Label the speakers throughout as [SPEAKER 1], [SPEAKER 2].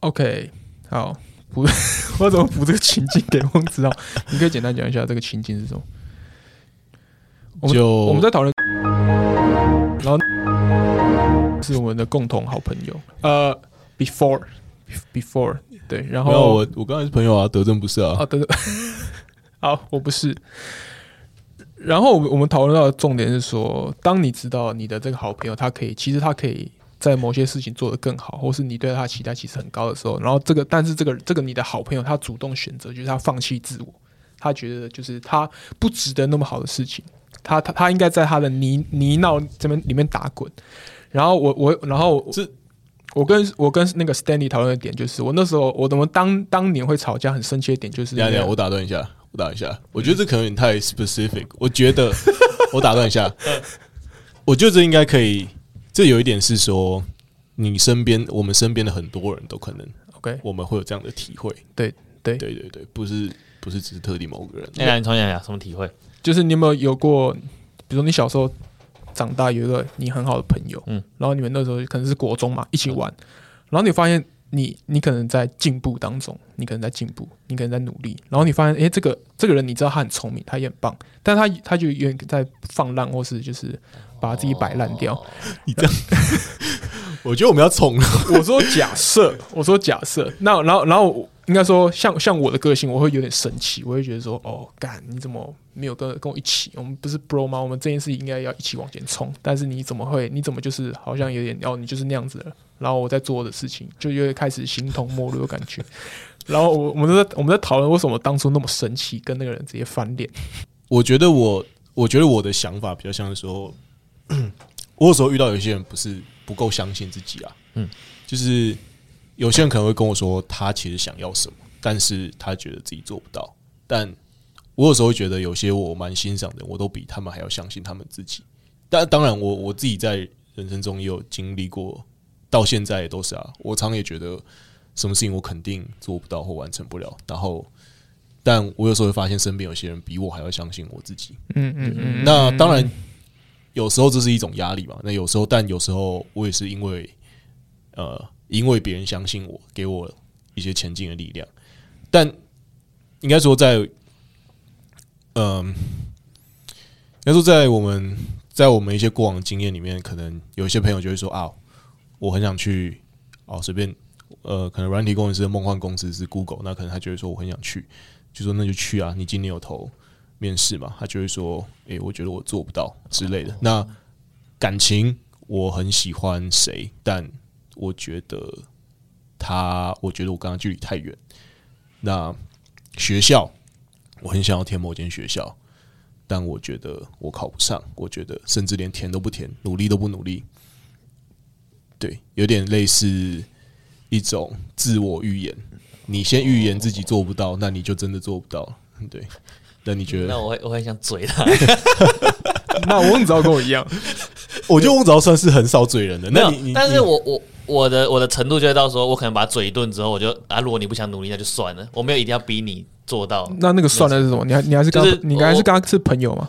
[SPEAKER 1] OK，好，补 我怎么补这个情境给翁子浩？你可以简单讲一下这个情境是什么？我们
[SPEAKER 2] 就
[SPEAKER 1] 我们在讨论，然后是我们的共同好朋友，呃，before before 对，然
[SPEAKER 2] 没有
[SPEAKER 1] 后
[SPEAKER 2] 我我刚才是朋友啊，德政不是啊，
[SPEAKER 1] 哦，对对， 好，我不是。然后我们我们讨论到的重点是说，当你知道你的这个好朋友，他可以其实他可以在某些事情做得更好，或是你对他的期待其实很高的时候，然后这个但是这个这个你的好朋友他主动选择，就是他放弃自我，他觉得就是他不值得那么好的事情，他他他应该在他的泥泥淖这边里面打滚。然后我我然后我
[SPEAKER 2] 这
[SPEAKER 1] 我跟我跟那个 Stanley 讨论的点就是，我那时候我怎么当当年会吵架很生气的点就是因
[SPEAKER 2] 等一
[SPEAKER 1] 为，
[SPEAKER 2] 下等一下，我打断一下，我打断一下，我觉得这可能有点太 specific。我 觉得我打断一下，我觉得这应该可以。这有一点是说，你身边我们身边的很多人都可能
[SPEAKER 1] OK
[SPEAKER 2] 我们会有这样的体会。
[SPEAKER 1] 对对
[SPEAKER 2] 对对对，不是不是只是特定某个人。
[SPEAKER 3] 那哎来你重讲讲什么体会？
[SPEAKER 1] 就是你有没有有过，比如说你小时候长大有一个你很好的朋友，
[SPEAKER 3] 嗯
[SPEAKER 1] 嗯，然后你们那时候可能是国中嘛，一起玩，然后你发现你你可能在进步当中，你可能在进步，你可能在努力，然后你发现诶、这个这个人你知道他很聪明，他也很棒，但他他就有点在放浪，或是就是把自己摆烂掉。
[SPEAKER 2] 我觉得我们要宠了，
[SPEAKER 1] 我说假设，我说假设，那然后然后我应该说像像我的个性，我会有点生气，我会觉得说，哦，干你怎么没有跟跟我一起？我们不是 bro 吗？我们这件事应该要一起往前冲，但是你怎么会？你怎么就是好像有点哦，你就是那样子了。然后我在做我的事情，就又开始形同陌路的感觉。 然后我我们都在我们在讨论为什么当初那么生气，跟那个人直接翻脸。
[SPEAKER 2] 我觉得我我觉得我的想法比较像是说， 我有时候遇到有些人不是不够相信自己啊，嗯
[SPEAKER 3] 嗯，
[SPEAKER 2] 就是有些人可能会跟我说他其实想要什么，但是他觉得自己做不到。但我有时候会觉得有些我蛮欣赏的人，我都比他们还要相信他们自己。但当然我我自己在人生中也有经历过，到现在也都是啊。我常也觉得什么事情我肯定做不到或完成不了，然后。但我有时候会发现，身边有些人比我还要相信我自己，
[SPEAKER 1] 嗯嗯嗯，
[SPEAKER 2] 那当然，有时候这是一种压力嘛。那有时候，但有时候我也是因为，呃，因为别人相信我，给我一些前进的力量。但应该说在，嗯，应该说在我们在我们一些过往的经验里面，可能有一些朋友就会说啊，我很想去哦，随便呃，可能软体工程师的梦幻公司是 Google，那可能他就会说我很想去，就说那就去啊，你今年有投面试嘛？他就会说，诶、我觉得我做不到之类的。那感情我很喜欢谁，但我觉得他，我觉得我跟他距离太远。那学校，我很想要填某间学校，但我觉得我考不上，我觉得甚至连填都不填，努力都不努力。对，有点类似一种自我预言。你先预言自己做不到，那你就真的做不到。对，那你觉得
[SPEAKER 3] 那？我会我会想嘴他，
[SPEAKER 1] 那我你知道跟我一样，
[SPEAKER 2] 我觉得翁子豪算是很少嘴人的。
[SPEAKER 3] 没
[SPEAKER 2] 那
[SPEAKER 3] 有
[SPEAKER 2] 你，你，
[SPEAKER 3] 但
[SPEAKER 2] 你
[SPEAKER 3] 是我我我的我的程度就会到时候，我可能把他嘴一顿之后，我就啊，如果你不想努力，那就算了，我没有一定要逼你做到。
[SPEAKER 1] 那那个算的是什么？你还你还是跟他
[SPEAKER 3] 就是
[SPEAKER 1] 你还是
[SPEAKER 3] 我
[SPEAKER 1] 跟他是朋友吗？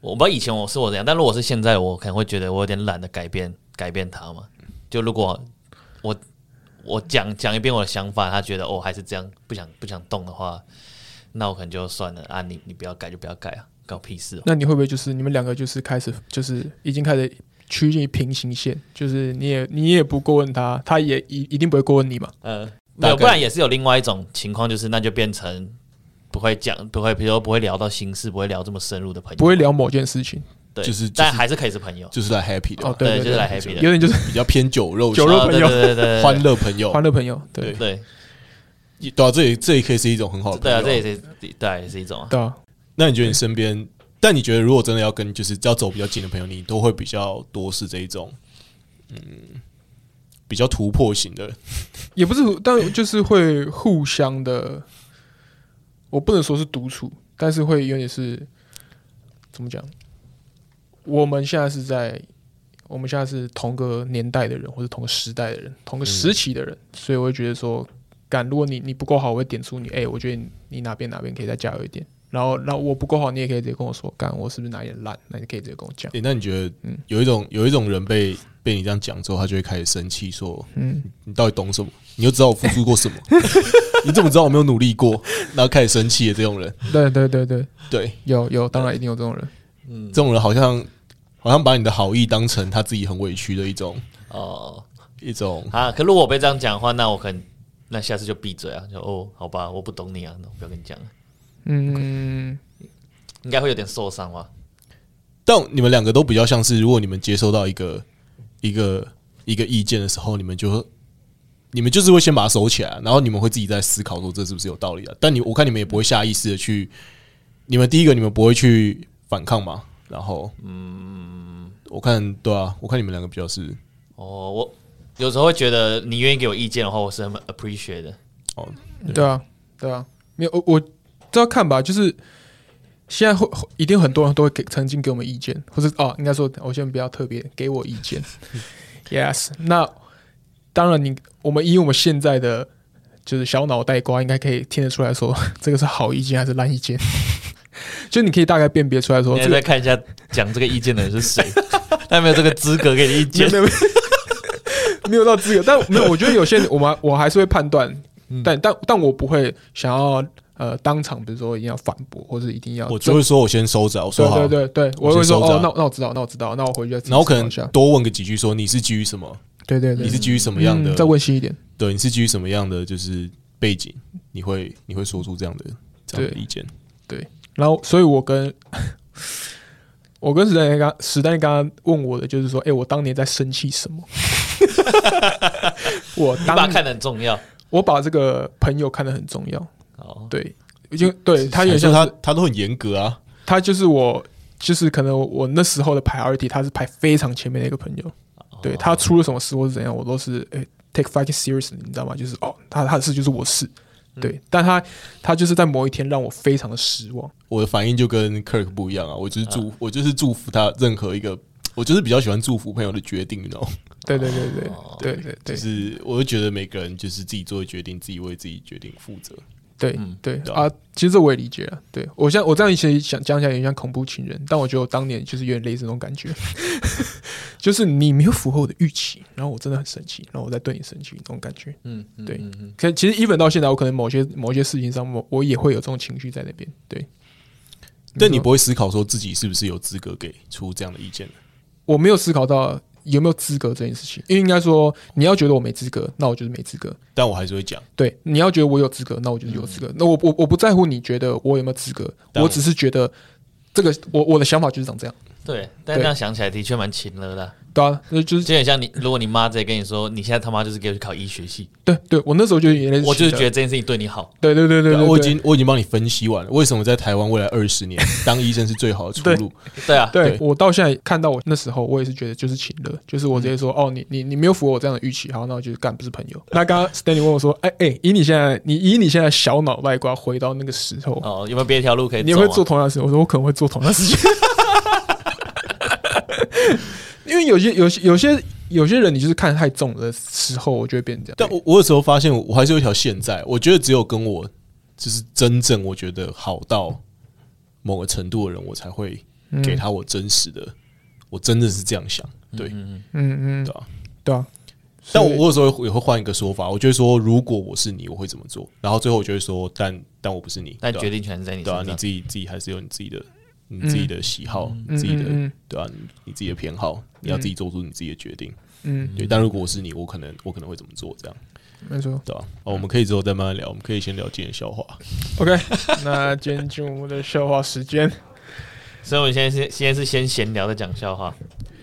[SPEAKER 3] 我不知道以前我是我怎样，但如果是现在，我可能会觉得我有点懒得改变改变他嘛。就如果我我讲讲一遍我的想法，他觉得哦还是这样，不想不想动的话，那我可能就算了啊，你你不要改就不要改啊，搞屁事哦。
[SPEAKER 1] 那你会不会就是你们两个就是开始就是已经开始趋近于平行线，就是你也你也不过问他，他也一一定不会过问你嘛？
[SPEAKER 3] 呃，
[SPEAKER 2] 大
[SPEAKER 3] 没有，
[SPEAKER 2] 概
[SPEAKER 3] 不然也是有另外一种情况，就是那就变成不会讲，不会，比如说不会聊到心事，不会聊这么深入的朋友，
[SPEAKER 1] 不会聊某件事情，
[SPEAKER 3] 对，
[SPEAKER 2] 就是就是
[SPEAKER 3] 但还是可以是朋友，
[SPEAKER 2] 就是来 happy 的嘛，
[SPEAKER 1] 哦对对
[SPEAKER 3] 就是
[SPEAKER 1] 对
[SPEAKER 3] 来 happy 的
[SPEAKER 1] 有点就是
[SPEAKER 2] 比较偏酒肉
[SPEAKER 1] 酒肉
[SPEAKER 3] 啊
[SPEAKER 1] 朋友
[SPEAKER 3] 对对对
[SPEAKER 2] 欢
[SPEAKER 3] 对
[SPEAKER 2] 乐朋友
[SPEAKER 1] 欢，乐朋友，对
[SPEAKER 2] 对
[SPEAKER 3] 对
[SPEAKER 2] 对啊，这也这也可以是一种很好的
[SPEAKER 3] 对对啊，这
[SPEAKER 2] 朋
[SPEAKER 3] 也
[SPEAKER 2] 友。
[SPEAKER 3] 是对啊，也是一种啊。
[SPEAKER 1] 对啊，
[SPEAKER 2] 那你觉得你身边？但你觉得如果真的要跟就是要走比较近的朋友，你都会比较多是这一种，嗯，比较突破型的。
[SPEAKER 1] 也不是，但就是会互相的，我不能说是独处，但是会有点是怎么讲？我们现在是在我们现在是同个年代的人，或者同个时代的人，同个时期的人，所以我会觉得说，干，如果你你不够好，我会点出你，哎、我觉得你你哪边哪边可以再加油一点，然后那我不够好，你也可以直接跟我说，干我是不是哪里烂？那你可以直接跟我讲。
[SPEAKER 2] 诶那你觉得
[SPEAKER 3] 嗯
[SPEAKER 2] 有一种有一种人被被你这样讲之后，他就会开始生气，说：“嗯，你到底懂什么？你又知道我付出过什么？ 你怎么知道我没有努力过？”然后开始生气的这种人，
[SPEAKER 1] 对对对对，
[SPEAKER 2] 对
[SPEAKER 1] 有有，当然一定有这种人。
[SPEAKER 2] 这种人好像好像把你的好意当成他自己很委屈的一种
[SPEAKER 3] 哦
[SPEAKER 2] 一种
[SPEAKER 3] 啊，可如果我被这样讲的话，那我可能那下次就闭嘴啊，就哦，好吧，我不懂你啊，那我不要跟你讲了，
[SPEAKER 1] 嗯，
[SPEAKER 3] 应该会有点受伤吧？
[SPEAKER 2] 但你们两个都比较像是，如果你们接收到一个一个一个意见的时候，你们就会你们就是会先把它收起来，啊然后你们会自己在思考说这是不是有道理啊？但你我看你们也不会下意识的去，你们第一个你们不会去反抗嘛，然后嗯，我看对啊，我看你们两个比较是
[SPEAKER 3] 哦，我有时候会觉得你愿意给我意见的话，我是很 appreciate 的。
[SPEAKER 2] 哦，
[SPEAKER 1] 对啊，对啊，没有我我这要看吧，就是现在会一定很多人都会给曾经给我们意见，或者哦，应该说我先不要特别给我意 见。yes，那当然你我们以我们现在的就是小脑袋瓜，应该可以听得出来说 这个是好意见还是烂意见。 就你可以大概辨别出来说，
[SPEAKER 3] 你
[SPEAKER 1] 这
[SPEAKER 3] 还
[SPEAKER 1] 个
[SPEAKER 3] 再看一下讲这个意见的人是谁， 他没有这个资格给你意见
[SPEAKER 1] 没。有没有 没有到资格，但没有，我觉得有些 人我们我还是会判断，
[SPEAKER 2] 嗯
[SPEAKER 1] 但但但我不会想要呃当场，比如说一定要反驳，或者一定要
[SPEAKER 2] 我就会说我先收着，我说
[SPEAKER 1] 对对
[SPEAKER 2] 好，
[SPEAKER 1] 对对，
[SPEAKER 2] 我
[SPEAKER 1] 我会
[SPEAKER 2] 先
[SPEAKER 1] 说
[SPEAKER 2] 收着
[SPEAKER 1] 哦，那那我知道，那我知道，那我回去再自己
[SPEAKER 2] 然后可
[SPEAKER 1] 思考
[SPEAKER 2] 能
[SPEAKER 1] 一下
[SPEAKER 2] 多问个几句说你是基于什么，
[SPEAKER 1] 对对对，
[SPEAKER 2] 你是基于什么样的
[SPEAKER 1] 嗯再问细一点，
[SPEAKER 2] 对，你是基于什么样的就是背景，你会你会说出这样的这样的
[SPEAKER 1] 对
[SPEAKER 2] 意见？
[SPEAKER 1] 然后所以我跟 我跟史丹利刚史丹利刚刚问我的就是说，哎，我当年在生气什 么？我
[SPEAKER 3] 你把
[SPEAKER 1] 当
[SPEAKER 3] 它看得很重要。
[SPEAKER 1] 我把这个朋友看得很重要，
[SPEAKER 3] 哦，
[SPEAKER 1] 对，已经对他有点
[SPEAKER 2] 还
[SPEAKER 1] 像
[SPEAKER 2] 是
[SPEAKER 1] 是
[SPEAKER 2] 他他都很严格啊，
[SPEAKER 1] 他就是我，就是可能我那时候的 priority，他是排非常前面的一个朋友。对他出了什么事或是怎样，我都是诶、take fucking seriously，你知道吗？就是哦，他他的事就是我的事。对，但他他就是在某一天让我非常的失望。
[SPEAKER 2] 我的反应就跟 Kirk 不一样啊，我就是祝、我就是祝福他任何一个，我就是比较喜欢祝福朋友的决定，你知道吗？
[SPEAKER 1] 对对对对对对 对
[SPEAKER 2] 就是我就觉得每个人就是自己做的决定，自己为自己决定负责。
[SPEAKER 1] 对
[SPEAKER 3] 嗯
[SPEAKER 1] 对
[SPEAKER 2] 对啊
[SPEAKER 1] 啊！其实这我也理解了。对我现在我这样其实想讲起来有点像恐怖情人，但我觉得我当年就是有点类似那种感觉， 就是你没有符合我的预期，然后我真的很生气，然后我再对你生气那种感觉。
[SPEAKER 3] 嗯，嗯
[SPEAKER 1] 对
[SPEAKER 3] 嗯嗯
[SPEAKER 1] 可其实 even 到现在，我可能某些某些事情上，我我也会有这种情绪在那边。对，
[SPEAKER 2] 但你
[SPEAKER 1] 说
[SPEAKER 2] 不会思考说自己是不是有资格给出这样的意见的
[SPEAKER 1] 我没有思考到有没有资格这件事情，因为应该说，你要觉得我没资格，那我就是没资格；
[SPEAKER 2] 但我还是会讲，
[SPEAKER 1] 对，你要觉得我有资格，那我就是有资格。那我我我不在乎你觉得我有没有资格，
[SPEAKER 2] 但
[SPEAKER 1] 我
[SPEAKER 2] 我
[SPEAKER 1] 只是觉得这个我我的想法就是长这样，
[SPEAKER 3] 对，但
[SPEAKER 1] 对
[SPEAKER 3] 这样想起来的确蛮勤了的啊，
[SPEAKER 1] 对啊，那就是
[SPEAKER 3] 就很像你，如果你妈直接跟你说，你现在他妈就是给我去考医学系，
[SPEAKER 1] 对对，我那时候就有点，
[SPEAKER 3] 我就是觉得，这件事情对你好，
[SPEAKER 1] 对对对对对，
[SPEAKER 2] 啊我已
[SPEAKER 1] 对
[SPEAKER 2] 经我已经帮你分析完了，为什么在台湾未来二十年当医生是最好的出路。
[SPEAKER 3] 对啊，
[SPEAKER 1] 对
[SPEAKER 2] 对
[SPEAKER 1] 我到现在看到我那时候，我也是觉得就是情乐，就是我直接说、哦，你你你没有符合我这样的预期，好，那我就是干不是朋友。那刚刚 Stanley 问我说，哎、哎、以你现在你以你现在小脑袋瓜回到那个时候，
[SPEAKER 3] 哦，有没有别条路可以走啊？
[SPEAKER 1] 你会做同样的事？我说我可能会做同样的事情， 因为有些有些有些有些人，你就是看太重的时候，我就会变成这样。
[SPEAKER 2] 但我我有时候发现，我还是有一条线在。我觉得只有跟我就是真正我觉得好到某个程度的人，我才会
[SPEAKER 1] 嗯
[SPEAKER 2] 给他我真实的，我真的是这样想。对，
[SPEAKER 1] 嗯嗯，
[SPEAKER 2] 对啊
[SPEAKER 1] 对啊。
[SPEAKER 2] 但我
[SPEAKER 1] 所以
[SPEAKER 2] 我有时候也会换一个说法，我就会说，如果我是你，我会怎么做？然后最后我就会说，但但我不是你，
[SPEAKER 3] 但
[SPEAKER 2] 对啊
[SPEAKER 3] 决定权是在你身
[SPEAKER 2] 对啊，
[SPEAKER 3] 上。
[SPEAKER 2] 你自己自己还是有你自己的你自己的喜好，你
[SPEAKER 1] 嗯
[SPEAKER 2] 自己的、
[SPEAKER 1] 嗯
[SPEAKER 2] 对啊，你你自己的偏好，你要自己做出你自己的决定。
[SPEAKER 1] 嗯，
[SPEAKER 2] 对。但如果我是你，我可能我可能会怎么做？这样
[SPEAKER 1] 没错。
[SPEAKER 2] 对吧、哦，我们可以之后再慢慢聊，我们可以先聊今天的笑话。
[SPEAKER 1] OK，那 今天进入我们的笑话时间，
[SPEAKER 3] 所以我们现在是现在是先闲聊再讲笑话，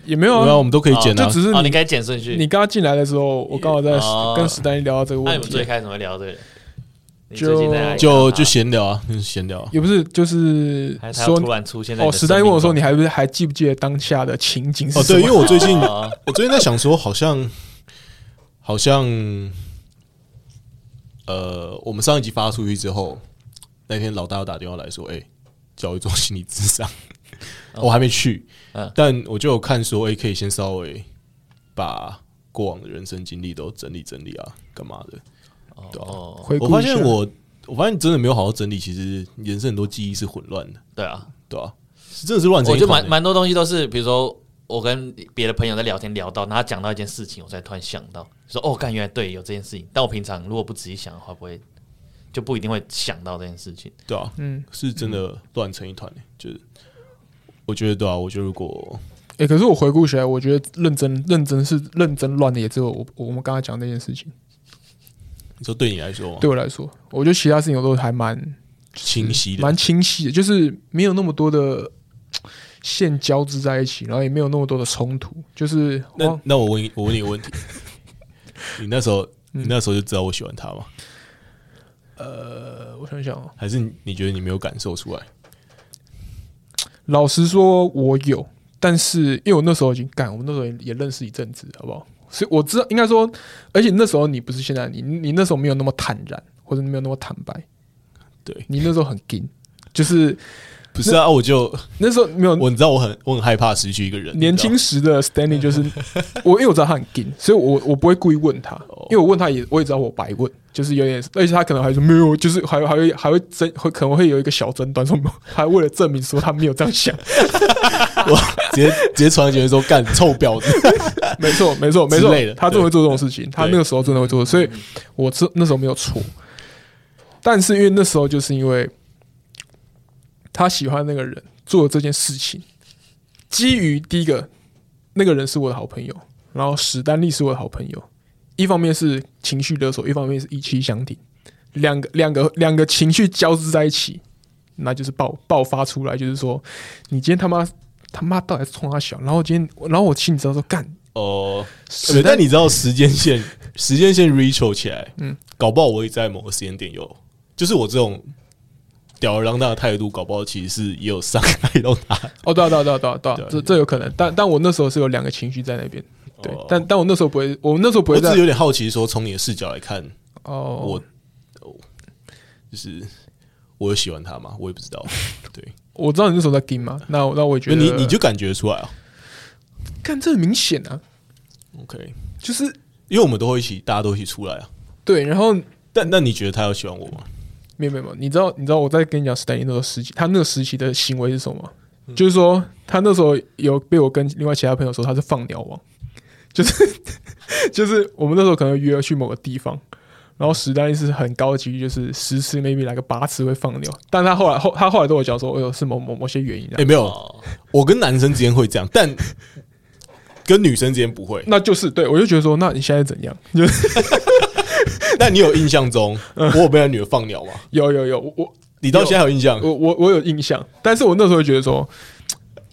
[SPEAKER 1] 也没有
[SPEAKER 2] 对啊，我
[SPEAKER 1] 啊，
[SPEAKER 2] 们都可以剪
[SPEAKER 1] 就
[SPEAKER 2] 啊。
[SPEAKER 1] 只是
[SPEAKER 3] 哦，
[SPEAKER 1] 你
[SPEAKER 3] 你该剪顺序。
[SPEAKER 1] 你刚刚进来的时候，我刚好在
[SPEAKER 3] 哦
[SPEAKER 1] 跟史丹利聊到这个
[SPEAKER 3] 那
[SPEAKER 1] 问
[SPEAKER 3] 你们
[SPEAKER 2] 哦
[SPEAKER 3] 最
[SPEAKER 1] 题，啊
[SPEAKER 3] 开始会聊这个？你
[SPEAKER 1] 就
[SPEAKER 3] 最近在哪里
[SPEAKER 2] 就
[SPEAKER 3] 看到
[SPEAKER 2] 就闲聊啊，就是 闲聊啊。
[SPEAKER 1] 也不是就是
[SPEAKER 3] 还是他
[SPEAKER 1] 说
[SPEAKER 3] 突然出现在你
[SPEAKER 1] 哦，
[SPEAKER 3] 的
[SPEAKER 1] 史丹利问我说，
[SPEAKER 3] 生
[SPEAKER 1] 你还不是还记不记得当下的情景是
[SPEAKER 2] 哦，
[SPEAKER 1] 什
[SPEAKER 2] 对，因
[SPEAKER 1] 么？
[SPEAKER 2] 为我最近
[SPEAKER 3] 命中哦
[SPEAKER 2] 我最近在想说，好像好像呃，我们上一集发出去之后，那天老大又打电话来说，哎、叫我去做心理咨商，我还没去，
[SPEAKER 3] 嗯
[SPEAKER 2] 但我就有看说，哎、可以先稍微把过往的人生经历都整理整理啊，干嘛的？
[SPEAKER 3] 哦哦，
[SPEAKER 1] 回顾
[SPEAKER 2] 我
[SPEAKER 1] 一
[SPEAKER 2] 发
[SPEAKER 1] 下
[SPEAKER 2] 现我我发现你真的没有好好整理，其实你人生很多记忆是混乱的，
[SPEAKER 3] 对啊，
[SPEAKER 2] 对吧、是真的是乱成
[SPEAKER 3] 我
[SPEAKER 2] 一
[SPEAKER 3] 就
[SPEAKER 2] 团
[SPEAKER 3] 蛮
[SPEAKER 2] 欸。
[SPEAKER 3] 蛮多东西都是，比如说我跟别的朋友在聊天聊到，然后他讲到一件事情，我才突然想到，说哦，干，原来对有这件事情。但我平常如果不仔细想的话，不会就不一定会想到这件事情。
[SPEAKER 2] 对啊，
[SPEAKER 1] 嗯，
[SPEAKER 2] 是真的乱成一团、欸，就是我觉得对啊，我觉得如果
[SPEAKER 1] 诶、欸可是我回顾起来，我觉得认真、认真是认真乱的，也只有我我们刚才讲那件事情。
[SPEAKER 2] 你说对你来说嘛
[SPEAKER 1] 对我来说，我觉得其他事情我都还蛮
[SPEAKER 2] 清晰的，
[SPEAKER 1] 蛮清晰的，就是没有那么多的线交织在一起，然后也没有那么多的冲突，就是
[SPEAKER 2] 那
[SPEAKER 1] 哦
[SPEAKER 2] 那我问你，我问你个 问题，你那时候
[SPEAKER 1] 嗯
[SPEAKER 2] 你那时候就知道我喜欢他吗？
[SPEAKER 1] 呃，我想想、哦，
[SPEAKER 2] 还是你你觉得你没有感受出来？
[SPEAKER 1] 老实说，我有，但是因为我那时候已经干，我们那时候也也认识一阵子，好不好？所以我知道，应该说，而且那时候你不是现在你，你那时候没有那么坦然，或者没有那么坦白，
[SPEAKER 2] 对，
[SPEAKER 1] 你那时候很硬，就是
[SPEAKER 2] 不是啊，我就
[SPEAKER 1] 那时候没有
[SPEAKER 2] 我你知道我很我很害怕失去一个人，
[SPEAKER 1] 年
[SPEAKER 2] 你知道
[SPEAKER 1] 轻时的 Stanley 就是我，因为我知道他很劲，所以我我不会故意问他，因为我问他也我也知道我白问，就是有点，而且他可能还说没有，就是还还会还会争，会可能会有一个小争端，说没有还为了证明说他没有这样想，
[SPEAKER 2] 直接直接传简讯说干臭 婊子，
[SPEAKER 1] 没错没错没错
[SPEAKER 2] 之类的，
[SPEAKER 1] 他真的会做这种事情，他那个时候真的会做，所以我这那时候没有错，但是因为那时候就是因为他喜欢那个人做这件事情，基于第一个，那个人是我的好朋友，然后史丹利是我的好朋友，一方面是情绪勒索，一方面是意气相挺，两个两个两个情绪交织在一起，那就是爆爆发出来，就是说你今天他妈他妈到底是冲他小，然后今天然后我心里知道说干，
[SPEAKER 2] 哦，
[SPEAKER 1] 史
[SPEAKER 2] 但
[SPEAKER 1] 丹
[SPEAKER 2] 你知道时 间线时间线 reach 起来，嗯，搞不好我也在某个时间点有，就是我这种吊儿郎当的态度，搞不好其实是也有伤害到他。
[SPEAKER 1] 哦对啊对啊对啊对啊对啊
[SPEAKER 2] 对啊
[SPEAKER 1] 这这有可能，但但我那时候是有两个情绪在那边，对，
[SPEAKER 2] 哦
[SPEAKER 1] 但但我那时候不会，我那时候不
[SPEAKER 2] 我
[SPEAKER 1] 会
[SPEAKER 2] 只
[SPEAKER 1] 在
[SPEAKER 2] 是有点好奇，说从你的视角来看，
[SPEAKER 1] 哦
[SPEAKER 2] 我哦就是我有喜欢他吗？我也不知 道。对，
[SPEAKER 1] 我知道你那时候在 game 嘛，那我那我也觉
[SPEAKER 2] 就
[SPEAKER 1] 得
[SPEAKER 2] 你你就感觉出来啊。
[SPEAKER 1] 看这很明显啊，
[SPEAKER 2] OK，
[SPEAKER 1] 就是
[SPEAKER 2] 因为我们都会一起，大家都一起出来啊。
[SPEAKER 1] 对，然后
[SPEAKER 2] 但那你觉得他有喜欢我吗？
[SPEAKER 1] 哦没有没有，没有，你知道你知道我在跟你讲史丹利那个时期，他那个时期的行为是什么吗？就是说他那时候有被我跟另外其他朋友说他是放鸟王， 就是 就是我们那时候可能约去某个地方。然后史丹利是很高级，就是十次 maybe 来个八次会放鸟，但他后来后他后来都有讲说，哎呦是某某某些原因
[SPEAKER 2] 哎、
[SPEAKER 1] 啊，
[SPEAKER 2] 没有，
[SPEAKER 3] 哦，
[SPEAKER 2] 我跟男生之间会这样，但跟女生之间不会。
[SPEAKER 1] 那就是对我就觉得说，那你现在怎样？就是
[SPEAKER 2] 那你有印象中 我有被那女的放鸟吗？
[SPEAKER 1] 有有有，我我
[SPEAKER 2] 你到现在还有印象？
[SPEAKER 1] 我我我有印象，但是我那时候觉得说，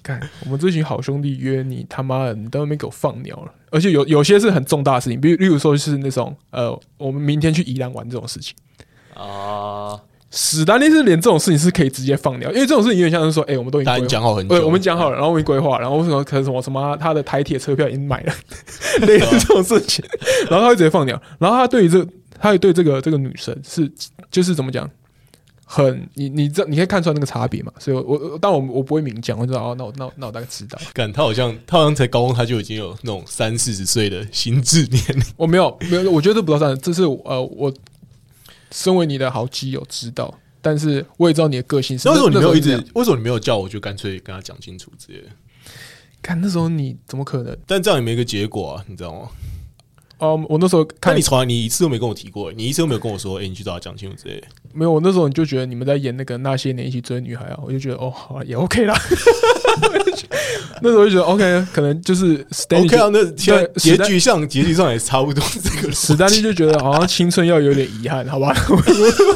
[SPEAKER 1] 看我们这群好兄弟约你他妈的，你在外面给我放鸟了，而且有有些是很重大的事情，比如例如说是那种呃，我们明天去宜兰玩这种事情。
[SPEAKER 3] 哦，
[SPEAKER 1] 史丹利是连这种事情是可以直接放鸟，因为这种事情有点像是说，哎、我们都已经
[SPEAKER 2] 大家
[SPEAKER 1] 规
[SPEAKER 2] 已经
[SPEAKER 1] 划
[SPEAKER 2] 讲好很久
[SPEAKER 1] 对，
[SPEAKER 2] 了，
[SPEAKER 1] 我们讲好了，然后我们规划，然后什么可能什么什么，他的台铁车票已经买 了，类似这种事情，然后他会直接放鸟，然后他对于这，他也对这个这个女生是就是怎么讲，很你你这你可以看出来那个差别嘛，所以我我但我我不会明讲，我知道哦，那我那我那我大概知道，
[SPEAKER 2] 干他好像他好像才高中他就已经有那种三四十岁的心智年龄。
[SPEAKER 1] 我没有没有，我觉得这不到算，这是呃我身为你的好基友知道，但是我也知道你的个性是，
[SPEAKER 2] 那为什么你没有一
[SPEAKER 1] 那时
[SPEAKER 2] 直
[SPEAKER 1] 候是这样？
[SPEAKER 2] 为什么你没有叫我就干脆跟他讲清楚之类的？
[SPEAKER 1] 看那时候你怎么可能？
[SPEAKER 2] 但这样也没个结果啊，你知道吗？
[SPEAKER 1] 哦、我那时候看
[SPEAKER 2] 但你从来你一次都没跟我提过、你一次都没有跟我说，哎、你去找他讲清楚之类的。
[SPEAKER 1] 没有，我那时候你就觉得你们在演那个那些年一起追的女孩啊，我就觉得哦，好啊也 OK 啦。那时候就觉得 OK，可能就是 Stanley
[SPEAKER 2] OK 啊，那现在
[SPEAKER 1] 对
[SPEAKER 2] 结
[SPEAKER 1] 史丹
[SPEAKER 2] 局上结局上也差不多是这个
[SPEAKER 1] 史丹利就觉得好像青春要有点遗憾，好吧？
[SPEAKER 3] 有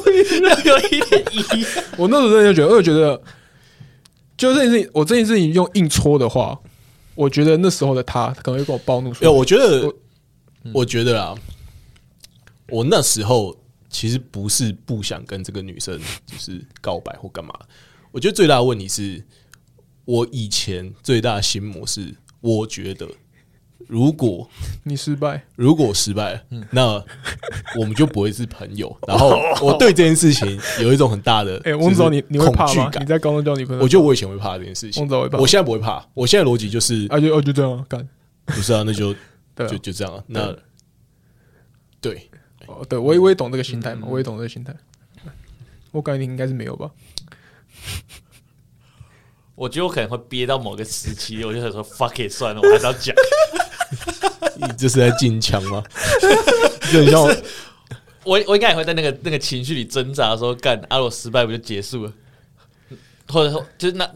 [SPEAKER 3] 一点意义。
[SPEAKER 1] 我那时候真的就觉得，我就觉得，就这件事情，我这件事情用硬戳的话，我觉得那时候的他可能会跟我暴怒
[SPEAKER 2] 哎，
[SPEAKER 1] 说，
[SPEAKER 2] 我觉得
[SPEAKER 1] 我，嗯
[SPEAKER 2] 我觉得啦，我那时候其实不是不想跟这个女生就是告白或干嘛。我觉得最大的问题是，我以前最大的心魔是，我觉得如果
[SPEAKER 1] 你失败，
[SPEAKER 2] 如果失败了，
[SPEAKER 1] 嗯
[SPEAKER 2] 那我们就不会是朋友。然后我对这件事情有一种很大的，
[SPEAKER 1] 哎、翁总，
[SPEAKER 2] 就
[SPEAKER 1] 你
[SPEAKER 2] 是
[SPEAKER 1] 你会怕
[SPEAKER 2] 恐惧
[SPEAKER 1] 吗？
[SPEAKER 2] 感
[SPEAKER 1] 你在高中交女朋友，
[SPEAKER 2] 我觉得我以前会怕这件事情，
[SPEAKER 1] 翁总会怕
[SPEAKER 2] 我现在不会怕。我现在逻 辑就是，
[SPEAKER 1] 啊就哦就这样啊干，
[SPEAKER 2] 不是啊，那就
[SPEAKER 1] 对啊
[SPEAKER 2] 就就这样啊。那对，嗯
[SPEAKER 1] 哦对我也我也懂这个心态嘛，我也懂这个心态。我感觉你应该是没有吧？
[SPEAKER 3] 我觉得我可能会憋到某个时期，我就想说 fuck it 算了，我还是要讲。
[SPEAKER 2] 你这是在禁枪吗？ 就很像我
[SPEAKER 3] 我我应该也会在那个那个情绪里挣扎说干阿罗失败不就结束了，或者说就是那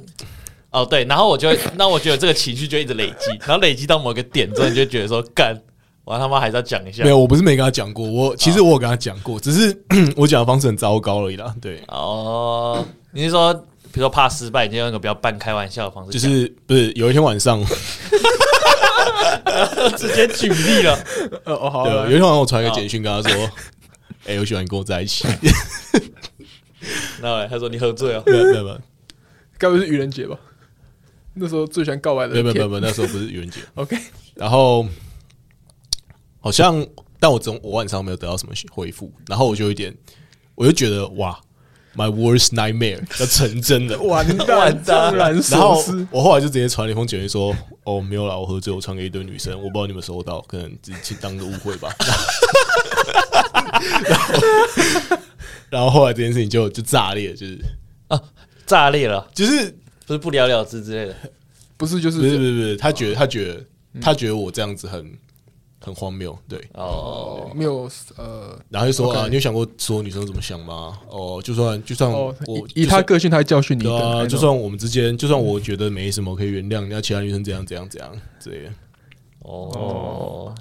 [SPEAKER 3] 哦对，然后我就会，那我觉得这个情绪就一直累积，然后累积到某个点之后，你就觉得说干，我他妈还是要讲一下
[SPEAKER 2] 没。有，我不是没跟他讲过，我其实我有跟他讲过，只是 我讲的方式很糟糕而已啦。对，
[SPEAKER 3] 哦，你是说比如说怕失败，你就用一个比较半开玩笑的方式
[SPEAKER 2] 就
[SPEAKER 3] 讲，
[SPEAKER 2] 是不是有一天晚上，
[SPEAKER 3] 直接举例 了。
[SPEAKER 1] 呃哦，好
[SPEAKER 2] 对，有一
[SPEAKER 1] 来
[SPEAKER 2] 天晚上我传一个简讯跟他 说：“哎、我喜欢你跟我在一起。
[SPEAKER 3] 然后嘞他说你喝醉了”，
[SPEAKER 2] 没有没有没有
[SPEAKER 1] 该不会是愚人节吧？ 那时候最喜欢告白的
[SPEAKER 2] 没有
[SPEAKER 1] 人。
[SPEAKER 2] 没有没有，没有那时候不是愚人节。
[SPEAKER 1] OK，
[SPEAKER 2] 然后好像，但我中我晚上没有得到什么回复，然后我就有一点，我就觉得哇，my worst nightmare 要成真了。
[SPEAKER 1] 完蛋，
[SPEAKER 3] 完蛋
[SPEAKER 1] 怅然
[SPEAKER 2] 然
[SPEAKER 1] 所
[SPEAKER 2] 后
[SPEAKER 1] 思。
[SPEAKER 2] 我后来就直接传了一封简讯说：“哦，没有啦，我喝醉，我传给一堆女生，我不知道你们收到，可能只是当个误会吧。 然后”然后后来这件事情就就炸裂，就是
[SPEAKER 3] 炸裂了，
[SPEAKER 2] 就是
[SPEAKER 3] 不是不了了之之类的。
[SPEAKER 1] 不是就
[SPEAKER 2] 不是不
[SPEAKER 1] 是
[SPEAKER 2] 是不是，他觉得他觉得
[SPEAKER 1] 嗯
[SPEAKER 2] 他觉得我这样子很很荒谬，对。
[SPEAKER 3] 哦，
[SPEAKER 1] 没有呃
[SPEAKER 2] 然后就说
[SPEAKER 1] OK
[SPEAKER 2] 啊，你有想过所有女生怎么想吗？哦，就算就算
[SPEAKER 1] 哦，
[SPEAKER 2] 我
[SPEAKER 1] 以以
[SPEAKER 2] 就
[SPEAKER 1] 他
[SPEAKER 2] 算
[SPEAKER 1] 个性，他会教训你
[SPEAKER 2] 对
[SPEAKER 1] 的。I 嗯
[SPEAKER 2] 啊，
[SPEAKER 1] know
[SPEAKER 2] 就算我们之间，就算我觉得没什么可以原谅，那其他女生怎样怎样怎样之类的
[SPEAKER 3] 哦，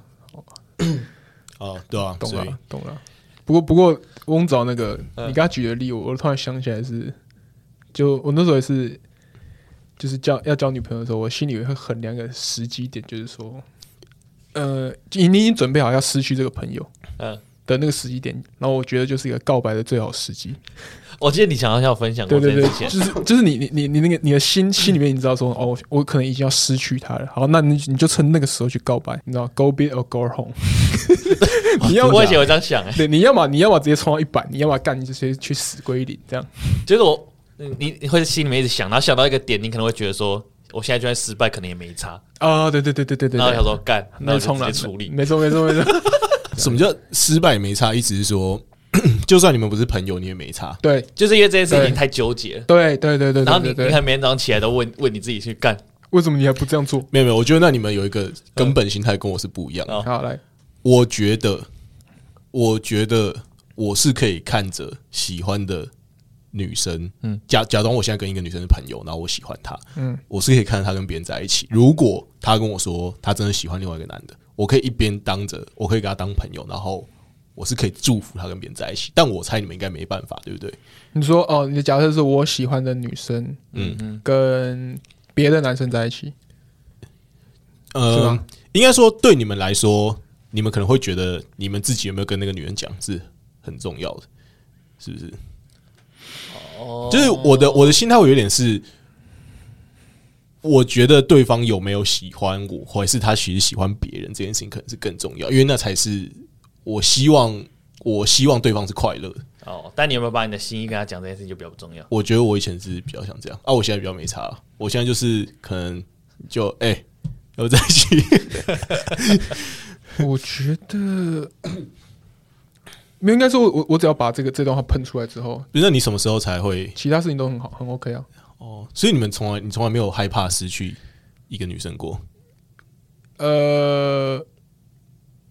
[SPEAKER 2] 啊，对啊，
[SPEAKER 1] 懂
[SPEAKER 2] 所以
[SPEAKER 1] 了，懂了。不过，不过翁早那个，
[SPEAKER 3] 嗯
[SPEAKER 1] 你刚他举的例，我我突然想起来是，就我那时候也是，就是交要交女朋友的时候，我心里会衡量一个时机点，就是说，呃，你你已经准备好要失去这个朋友
[SPEAKER 3] 嗯，
[SPEAKER 1] 的那个时机点，然后我觉得就是一个告白的最好时机。
[SPEAKER 3] 我记得你想要要分享
[SPEAKER 1] 对
[SPEAKER 3] 过这
[SPEAKER 1] 对
[SPEAKER 3] 件
[SPEAKER 1] 对
[SPEAKER 3] 事，情，啊
[SPEAKER 1] 就是就是你你你你那个你的心心里面你知道说，哦，我可能已经要失去他了，好，那你你就趁那个时候去告白，你知道，go big or go home。你要
[SPEAKER 3] 我以前有这样想哎、
[SPEAKER 1] 对，你要么你要么直接冲到一百，你要么干你就直接去死归零，这样
[SPEAKER 3] 就是我，你你会心里面一直想，然后想到一个点，你可能会觉得说，我现在就算失败，可能也没差。
[SPEAKER 1] 啊、对对对对对对
[SPEAKER 3] 然后想
[SPEAKER 1] 对，
[SPEAKER 3] 说干，那
[SPEAKER 1] 没
[SPEAKER 3] 我就
[SPEAKER 1] 冲
[SPEAKER 3] 直
[SPEAKER 1] 了，
[SPEAKER 3] 接处理。
[SPEAKER 1] 没错没错没错，
[SPEAKER 2] 什么叫失败没差？意思是说，就算你们不是朋友，你也没差。
[SPEAKER 1] 对
[SPEAKER 3] 就是因为这件事情你太纠结了，
[SPEAKER 1] 对对对对
[SPEAKER 3] 然后
[SPEAKER 1] 对
[SPEAKER 3] 你
[SPEAKER 1] 对对，
[SPEAKER 3] 你看每天早上起来都问问你自己去干，
[SPEAKER 1] 为什么你还不这样做？
[SPEAKER 2] 没有没有，我觉得那你们有一个根本心态跟我是不一样。
[SPEAKER 3] 哦
[SPEAKER 1] 好来，
[SPEAKER 2] 我觉得，我觉得我是可以看着喜欢的女生，嗯，假假装我现在跟一个女生是朋友，然后我喜欢她，嗯，我是可以看着她跟别人在一起。如果她跟我说她真的喜欢另外一个男的，我可以一边当着，我可以跟她当朋友，然后我是可以祝福她跟别人在一起。但我猜你们应该没办法，对不对？
[SPEAKER 1] 你说哦，你的假设是我喜欢的女生，
[SPEAKER 2] 嗯
[SPEAKER 1] 嗯，跟别的男生在一起， 是
[SPEAKER 2] 呃
[SPEAKER 1] 吗，
[SPEAKER 2] 应该说对你们来说，你们可能会觉得你们自己有没有跟那个女人讲是很重要的，是不是？哦，就是我的我的心态，我有点是，我觉得对方有没有喜欢我，或者是他其实喜欢别人这件事情，可能是更重要，因为那才是我希望我希望对方是快乐的。
[SPEAKER 3] 哦，但你有没有把你的心意跟他讲这件事情就比较不重要。
[SPEAKER 2] 我觉得我以前是比较想这样啊，我现在比较没差，我现在就是可能就哎、要不要在一 起。
[SPEAKER 1] 我觉得。没有，应该说我，我我只要把这个这段话喷出来之后，
[SPEAKER 2] 那你什么时候才会
[SPEAKER 1] 其他事情都很好，很 OK 啊。
[SPEAKER 2] 哦，所以你们从来你从来没有害怕失去一个女生过，
[SPEAKER 1] 呃，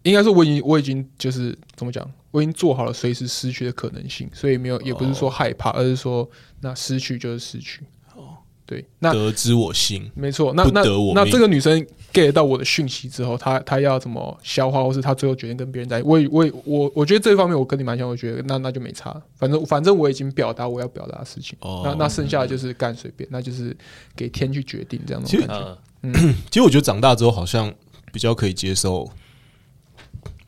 [SPEAKER 1] 应该说我已经我已经就是怎么讲，我已经做好了随时失去的可能性，所以没有也不是说害怕，而是说那失去就是失去。哦，对，那
[SPEAKER 2] 得知我心，
[SPEAKER 1] 没错，那
[SPEAKER 2] 不
[SPEAKER 1] 那
[SPEAKER 2] 得我
[SPEAKER 1] 那
[SPEAKER 2] 命
[SPEAKER 1] 这个女生 get 到我的讯息之后，她她要怎么消化，或是她最后决定跟别人在一起，我也我也我我觉得这一方面我跟你蛮像，我觉得那那就没差，反正反正我已经表达我要表达的事情，
[SPEAKER 2] 哦
[SPEAKER 1] 那那剩下的就是干随便，那就是给天去决定这样的
[SPEAKER 2] 其实
[SPEAKER 1] 感觉。
[SPEAKER 3] 嗯，
[SPEAKER 2] 其实我觉得长大之后好像比较可以接受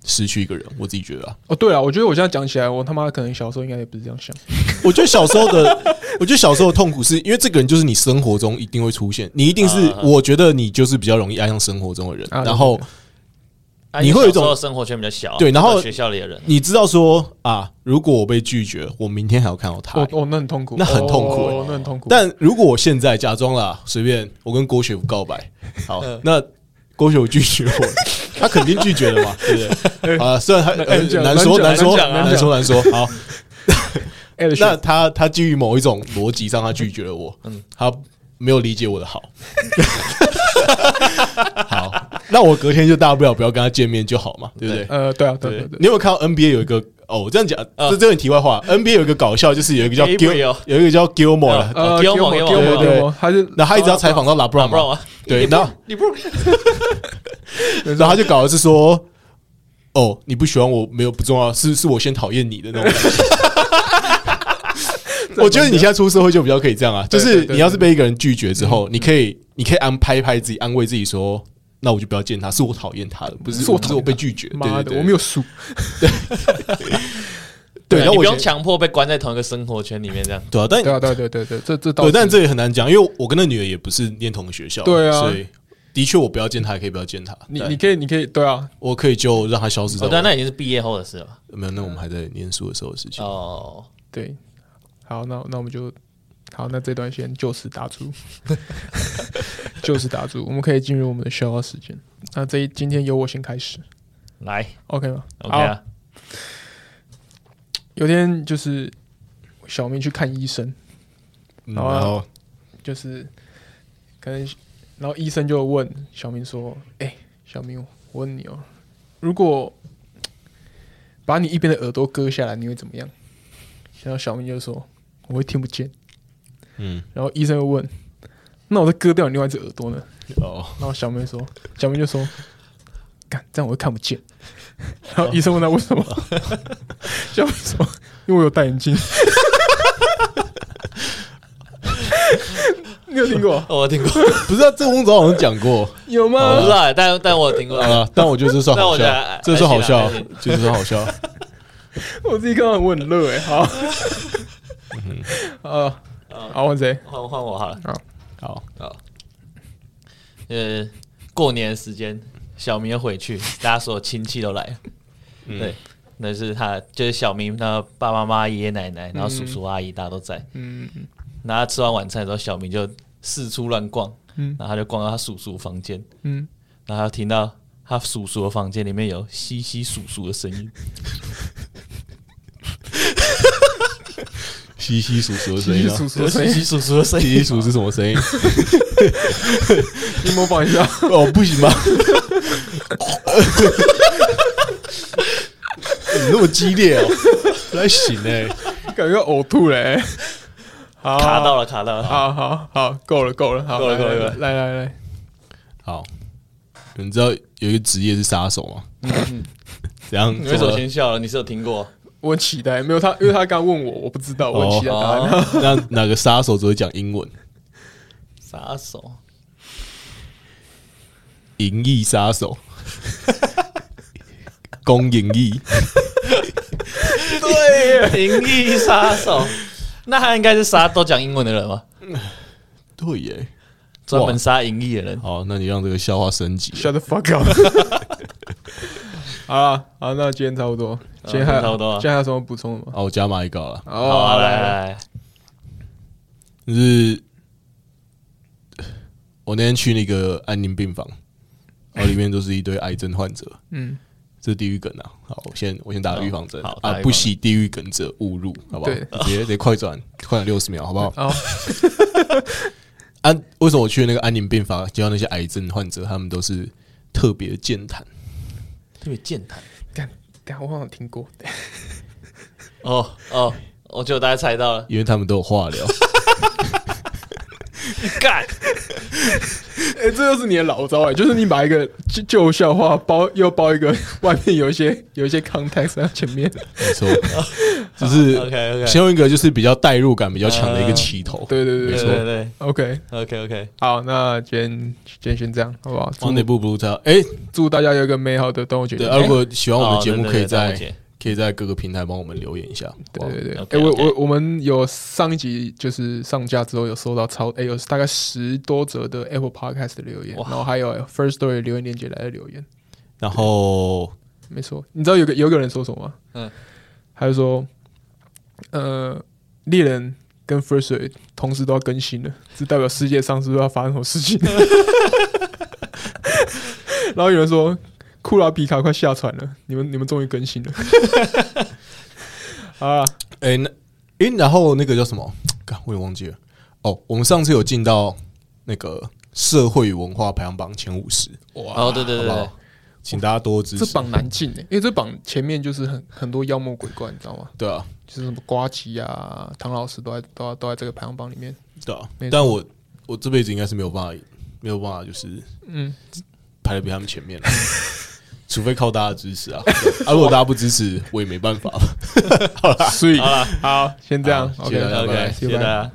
[SPEAKER 2] 失去一个人，我自己觉得、啊，
[SPEAKER 1] 哦，对了，我觉得我现在讲起来，我他妈可能小时候应该也不是这样想。
[SPEAKER 2] 我觉得小时候的，我觉得小时候的痛苦是因为这个人就是你生活中一定会出现，你一定是
[SPEAKER 3] 啊，
[SPEAKER 2] 我觉得你就是比较容易爱上生活中的人，
[SPEAKER 1] 啊
[SPEAKER 2] 然后
[SPEAKER 3] 啊
[SPEAKER 2] 你会有一种
[SPEAKER 3] 因为小时候生活圈比较小啊，
[SPEAKER 2] 对然后嗯
[SPEAKER 3] 到学校里的人，
[SPEAKER 2] 你知道说啊，如果我被拒绝，我明天还要看到他
[SPEAKER 1] 哦，哦，那很痛苦，
[SPEAKER 2] 那很痛苦
[SPEAKER 1] 哦，那很痛苦。
[SPEAKER 2] 但如果我现在假装啦，随便我跟郭雪芙 告白，好，
[SPEAKER 1] 嗯
[SPEAKER 2] 那郭雪芙拒绝我，他肯定拒 绝了嘛，对不对？啊，虽然他、呃
[SPEAKER 1] 难讲
[SPEAKER 2] 难说
[SPEAKER 1] 难
[SPEAKER 2] 难
[SPEAKER 1] 讲 难
[SPEAKER 2] 说
[SPEAKER 1] 讲
[SPEAKER 2] 难说难说，好，那
[SPEAKER 1] Action
[SPEAKER 2] 他他基于某一种逻辑上，他拒绝了我，
[SPEAKER 1] 嗯
[SPEAKER 2] 他没有理解我 的好。好，那我隔天就大不了不要跟他见面就好嘛，对不对？
[SPEAKER 1] 呃，对啊，对
[SPEAKER 2] 对
[SPEAKER 1] 对对，
[SPEAKER 2] 你有没有看到 NBA 有一个哦？我这样讲，
[SPEAKER 3] 嗯
[SPEAKER 2] 这这有点题外话。NBA 有一个搞笑，就是有一个叫 Gil，
[SPEAKER 1] 哦
[SPEAKER 3] Gabriel
[SPEAKER 2] 有一个叫 Gilmore 的，
[SPEAKER 1] 呃，Gilmore
[SPEAKER 3] Gilmore，Gilmore，
[SPEAKER 1] Gilmore
[SPEAKER 2] 对
[SPEAKER 1] Gilmore，他是
[SPEAKER 2] 然后他一直要采访到 LeBron
[SPEAKER 3] 不然
[SPEAKER 2] 嘛，
[SPEAKER 3] 吗？
[SPEAKER 2] 对，然后
[SPEAKER 3] 你不
[SPEAKER 2] 然后他就搞的是说，哦，你不喜欢我没有不重要，是是我先讨厌你的那 种感觉。我觉得你现在出社会就比较可以这样啊，就
[SPEAKER 1] 对对
[SPEAKER 2] 是
[SPEAKER 1] 对嗯
[SPEAKER 2] 你要是被一个人拒绝之后，你可以你可以安拍一拍自己，安慰自己说，那我就不要见他，是我讨厌他的，不是
[SPEAKER 1] 是我
[SPEAKER 2] 不
[SPEAKER 1] 讨厌他
[SPEAKER 2] 是我被拒绝，对
[SPEAKER 1] 妈的，
[SPEAKER 2] 对对，
[SPEAKER 1] 我没有啊输，
[SPEAKER 2] 对，然后
[SPEAKER 3] 你
[SPEAKER 2] 我
[SPEAKER 3] 不
[SPEAKER 2] 觉
[SPEAKER 3] 用
[SPEAKER 2] 得
[SPEAKER 3] 强迫被关在同一个生活圈里面这样。
[SPEAKER 2] 对啊，但
[SPEAKER 1] 对啊，对啊对对对，这这倒
[SPEAKER 2] 对，
[SPEAKER 1] 是
[SPEAKER 2] 但这也很难讲，因为我跟那女的也不是念同个学校，
[SPEAKER 1] 对啊
[SPEAKER 2] 所以的确我不要见她，也可以不要见她，
[SPEAKER 1] 你
[SPEAKER 2] 但
[SPEAKER 1] 你可以你可以对啊，
[SPEAKER 2] 我可以就让她消失在
[SPEAKER 3] 哦，
[SPEAKER 2] 我
[SPEAKER 3] 对啊，那已经是毕业后的事了吧。
[SPEAKER 2] 没有，那我们还在念书的时候的事情。
[SPEAKER 3] 哦，
[SPEAKER 1] 对，好，那那我们就好，那这段先就此打 住，就此打住，我们可以进入我们的消化时间。那这一今天由我先开始
[SPEAKER 3] 来
[SPEAKER 1] ，OK 吗
[SPEAKER 3] ，OK 啊，
[SPEAKER 1] 有天就是小明去看医生，
[SPEAKER 2] 嗯
[SPEAKER 1] 好啊
[SPEAKER 2] 然后
[SPEAKER 1] 就是可能，然后医生就问小明说：“哎、小明，我问你哦，如果把你一边的耳朵割下来，你会怎么样？”然后小明就说：“我会听不见。”
[SPEAKER 2] 嗯，
[SPEAKER 1] 然后医生又问：“那我再割掉你另外一只耳朵呢
[SPEAKER 2] 哦，？”
[SPEAKER 1] 然后小明说：“小明就说，干，这样我会看不见。”然后医生问他为什么，小明说：“因为我有戴眼镜。”你有听过？
[SPEAKER 3] 哦我听过，
[SPEAKER 2] 不是啊，这个翁总好像讲 过
[SPEAKER 1] 有吗？
[SPEAKER 3] 我不知道，但但我有听过。
[SPEAKER 2] 啊，但我觉得这算
[SPEAKER 3] 但
[SPEAKER 2] 好
[SPEAKER 3] 我觉得
[SPEAKER 2] 笑
[SPEAKER 3] 还，
[SPEAKER 2] 这算好笑
[SPEAKER 3] 还行啊还，
[SPEAKER 2] 就是算好笑。
[SPEAKER 1] 我自己看到我很热哎、好，
[SPEAKER 3] 嗯
[SPEAKER 1] 呃，好换谁？
[SPEAKER 3] 换换我好了。
[SPEAKER 2] 好，
[SPEAKER 3] 呃，过年的时间，小明又回去，大家所有亲戚都来了。
[SPEAKER 1] 嗯
[SPEAKER 3] 对，那是他，就是小明他爸爸妈妈、爷爷奶奶，然后叔叔阿姨，大家都在。
[SPEAKER 1] 嗯，
[SPEAKER 3] 然后他吃完晚餐之后，小明就四处乱逛，
[SPEAKER 1] 嗯
[SPEAKER 3] 然后他就逛到他叔叔房间，
[SPEAKER 1] 嗯，
[SPEAKER 3] 然后他听到他叔叔的房间里面有稀稀疏疏的声音，
[SPEAKER 2] 稀稀疏疏的声
[SPEAKER 1] 稀
[SPEAKER 2] 音
[SPEAKER 1] 稀
[SPEAKER 2] 啊，
[SPEAKER 1] 疏疏
[SPEAKER 3] 有
[SPEAKER 1] 的声
[SPEAKER 3] 稀
[SPEAKER 1] 音，
[SPEAKER 3] 稀疏疏的声
[SPEAKER 2] 稀
[SPEAKER 3] 音啊
[SPEAKER 2] 稀，疏是什么声音？
[SPEAKER 1] 你模仿一 下。
[SPEAKER 2] 哦，不行吗？ 你那么激烈哦，不太行哎。
[SPEAKER 1] 感觉呕吐嘞、欸。好，
[SPEAKER 3] 卡到了，卡到了。
[SPEAKER 1] 好好好，够了够了，好
[SPEAKER 3] 够了
[SPEAKER 1] 来
[SPEAKER 3] 够了够了
[SPEAKER 1] 来来来，
[SPEAKER 2] 好，你们知道有一个职业是杀手吗？
[SPEAKER 3] 嗯
[SPEAKER 2] 怎样？
[SPEAKER 3] 你为什么
[SPEAKER 2] 怎
[SPEAKER 3] 先笑了？你是有听过？
[SPEAKER 1] 我很期待，没有他，因为他刚问我，我不知道，我很期待答案。
[SPEAKER 3] 哦
[SPEAKER 2] 那哪个杀手只会讲英文？
[SPEAKER 3] 杀手，
[SPEAKER 2] 银翼杀手， 公银翼。
[SPEAKER 3] 对，银翼杀手。那他应该是杀都讲英文的人吗？
[SPEAKER 2] 对耶，
[SPEAKER 3] 专门杀银翼的人。
[SPEAKER 2] 好，哦那你让这个笑话升级。
[SPEAKER 1] Shut the fuck up！好了，好，那今天差不多，今天还有
[SPEAKER 3] 差不多啊
[SPEAKER 1] 今天还有什么补充的吗？
[SPEAKER 2] 哦好，我加码一个好了，
[SPEAKER 1] 好
[SPEAKER 3] 好啊，来
[SPEAKER 1] 来，
[SPEAKER 3] 来来，
[SPEAKER 2] 就是我那天去那个安宁病房，然后里面都是一堆癌症患者，
[SPEAKER 1] 嗯，
[SPEAKER 2] 这是地狱梗啊！好，我先我先打预防针
[SPEAKER 3] 好好打
[SPEAKER 2] 啊，
[SPEAKER 3] 预防
[SPEAKER 2] 不喜地狱梗者误入，好不好？
[SPEAKER 1] 对
[SPEAKER 2] 直接直接快 转，快转六十秒，好不好？
[SPEAKER 3] 啊
[SPEAKER 1] 好，
[SPEAKER 2] 安、为什么我去那个安宁病房，接到那些癌症患者，他们都是特别健谈？
[SPEAKER 3] 特别健谈。
[SPEAKER 1] 干，等一下我好像听过，
[SPEAKER 3] 哦哦，我觉得我大概猜到了。
[SPEAKER 2] 因为他们都有话聊。
[SPEAKER 3] 干，
[SPEAKER 1] 哎、这就是你的老招哎、就是你把一个旧旧笑话包，又包一个外面有一些有一些 context 在前面。
[SPEAKER 2] 没 错，就是
[SPEAKER 3] OK，OK 呃
[SPEAKER 2] 先用一个就是比较代入感比较强的一个起头。
[SPEAKER 1] 对对对
[SPEAKER 2] 没
[SPEAKER 3] 对
[SPEAKER 2] 错
[SPEAKER 3] 对对
[SPEAKER 1] OK，
[SPEAKER 3] ，OK OK，
[SPEAKER 1] 好，那今天今天先这样，好不好？祝
[SPEAKER 2] 往哪步不如他？哎，
[SPEAKER 1] 祝大家有一个美好的端午节。
[SPEAKER 2] 对，啊如果喜欢我们的节目，
[SPEAKER 3] 哦对对
[SPEAKER 2] 可以
[SPEAKER 3] 对了
[SPEAKER 2] 在
[SPEAKER 3] 解
[SPEAKER 2] 可以在各个平台帮我们留言一下。
[SPEAKER 1] 对对对，哎、
[SPEAKER 3] OK，
[SPEAKER 1] 我
[SPEAKER 3] OK
[SPEAKER 1] 我我们有上一集就是上架之后有收到超哎、有大概十多则的 Apple Podcast 的留言，
[SPEAKER 3] 哇
[SPEAKER 1] 然后还有 First Story 留言链接来的留言，
[SPEAKER 2] 然后
[SPEAKER 1] 没错。你知道有个有个人说什么吗？
[SPEAKER 3] 嗯，
[SPEAKER 1] 他就说，呃，猎人跟 First Story 同时都要更新了，这代表世界上是不是要发生什么事情？ 然后有人说，库拉皮卡快 下船了，你们你们终于更新了。好啊，
[SPEAKER 2] 哎，那诶、然后那个叫什么？干，我也忘记了。哦，我们上次有进到那个社会与文化排行榜前五十，
[SPEAKER 3] 哦，
[SPEAKER 2] 好
[SPEAKER 3] 对对对
[SPEAKER 2] 不
[SPEAKER 3] 对
[SPEAKER 2] 好，？请大家多支
[SPEAKER 1] 这
[SPEAKER 2] 持。
[SPEAKER 1] 榜难进的、欸因为这榜前面就是很很多妖魔鬼怪，你知道吗？
[SPEAKER 2] 对啊，
[SPEAKER 1] 就是什么瓜吉啊、唐老师都在都在都在这个排行榜里面。
[SPEAKER 2] 对啊
[SPEAKER 1] 没错。
[SPEAKER 2] 但我我这辈子应该是没有办法，没有办法，就是
[SPEAKER 1] 嗯，
[SPEAKER 2] 排的比他们前面 了。除非靠大家的支持啊，对啊，如果大家不支持，我也没办法。
[SPEAKER 1] 所以好，先这样
[SPEAKER 2] 好
[SPEAKER 1] ，OK，
[SPEAKER 2] 谢谢大家
[SPEAKER 3] ，OK，
[SPEAKER 2] 拜拜
[SPEAKER 3] 谢谢大家。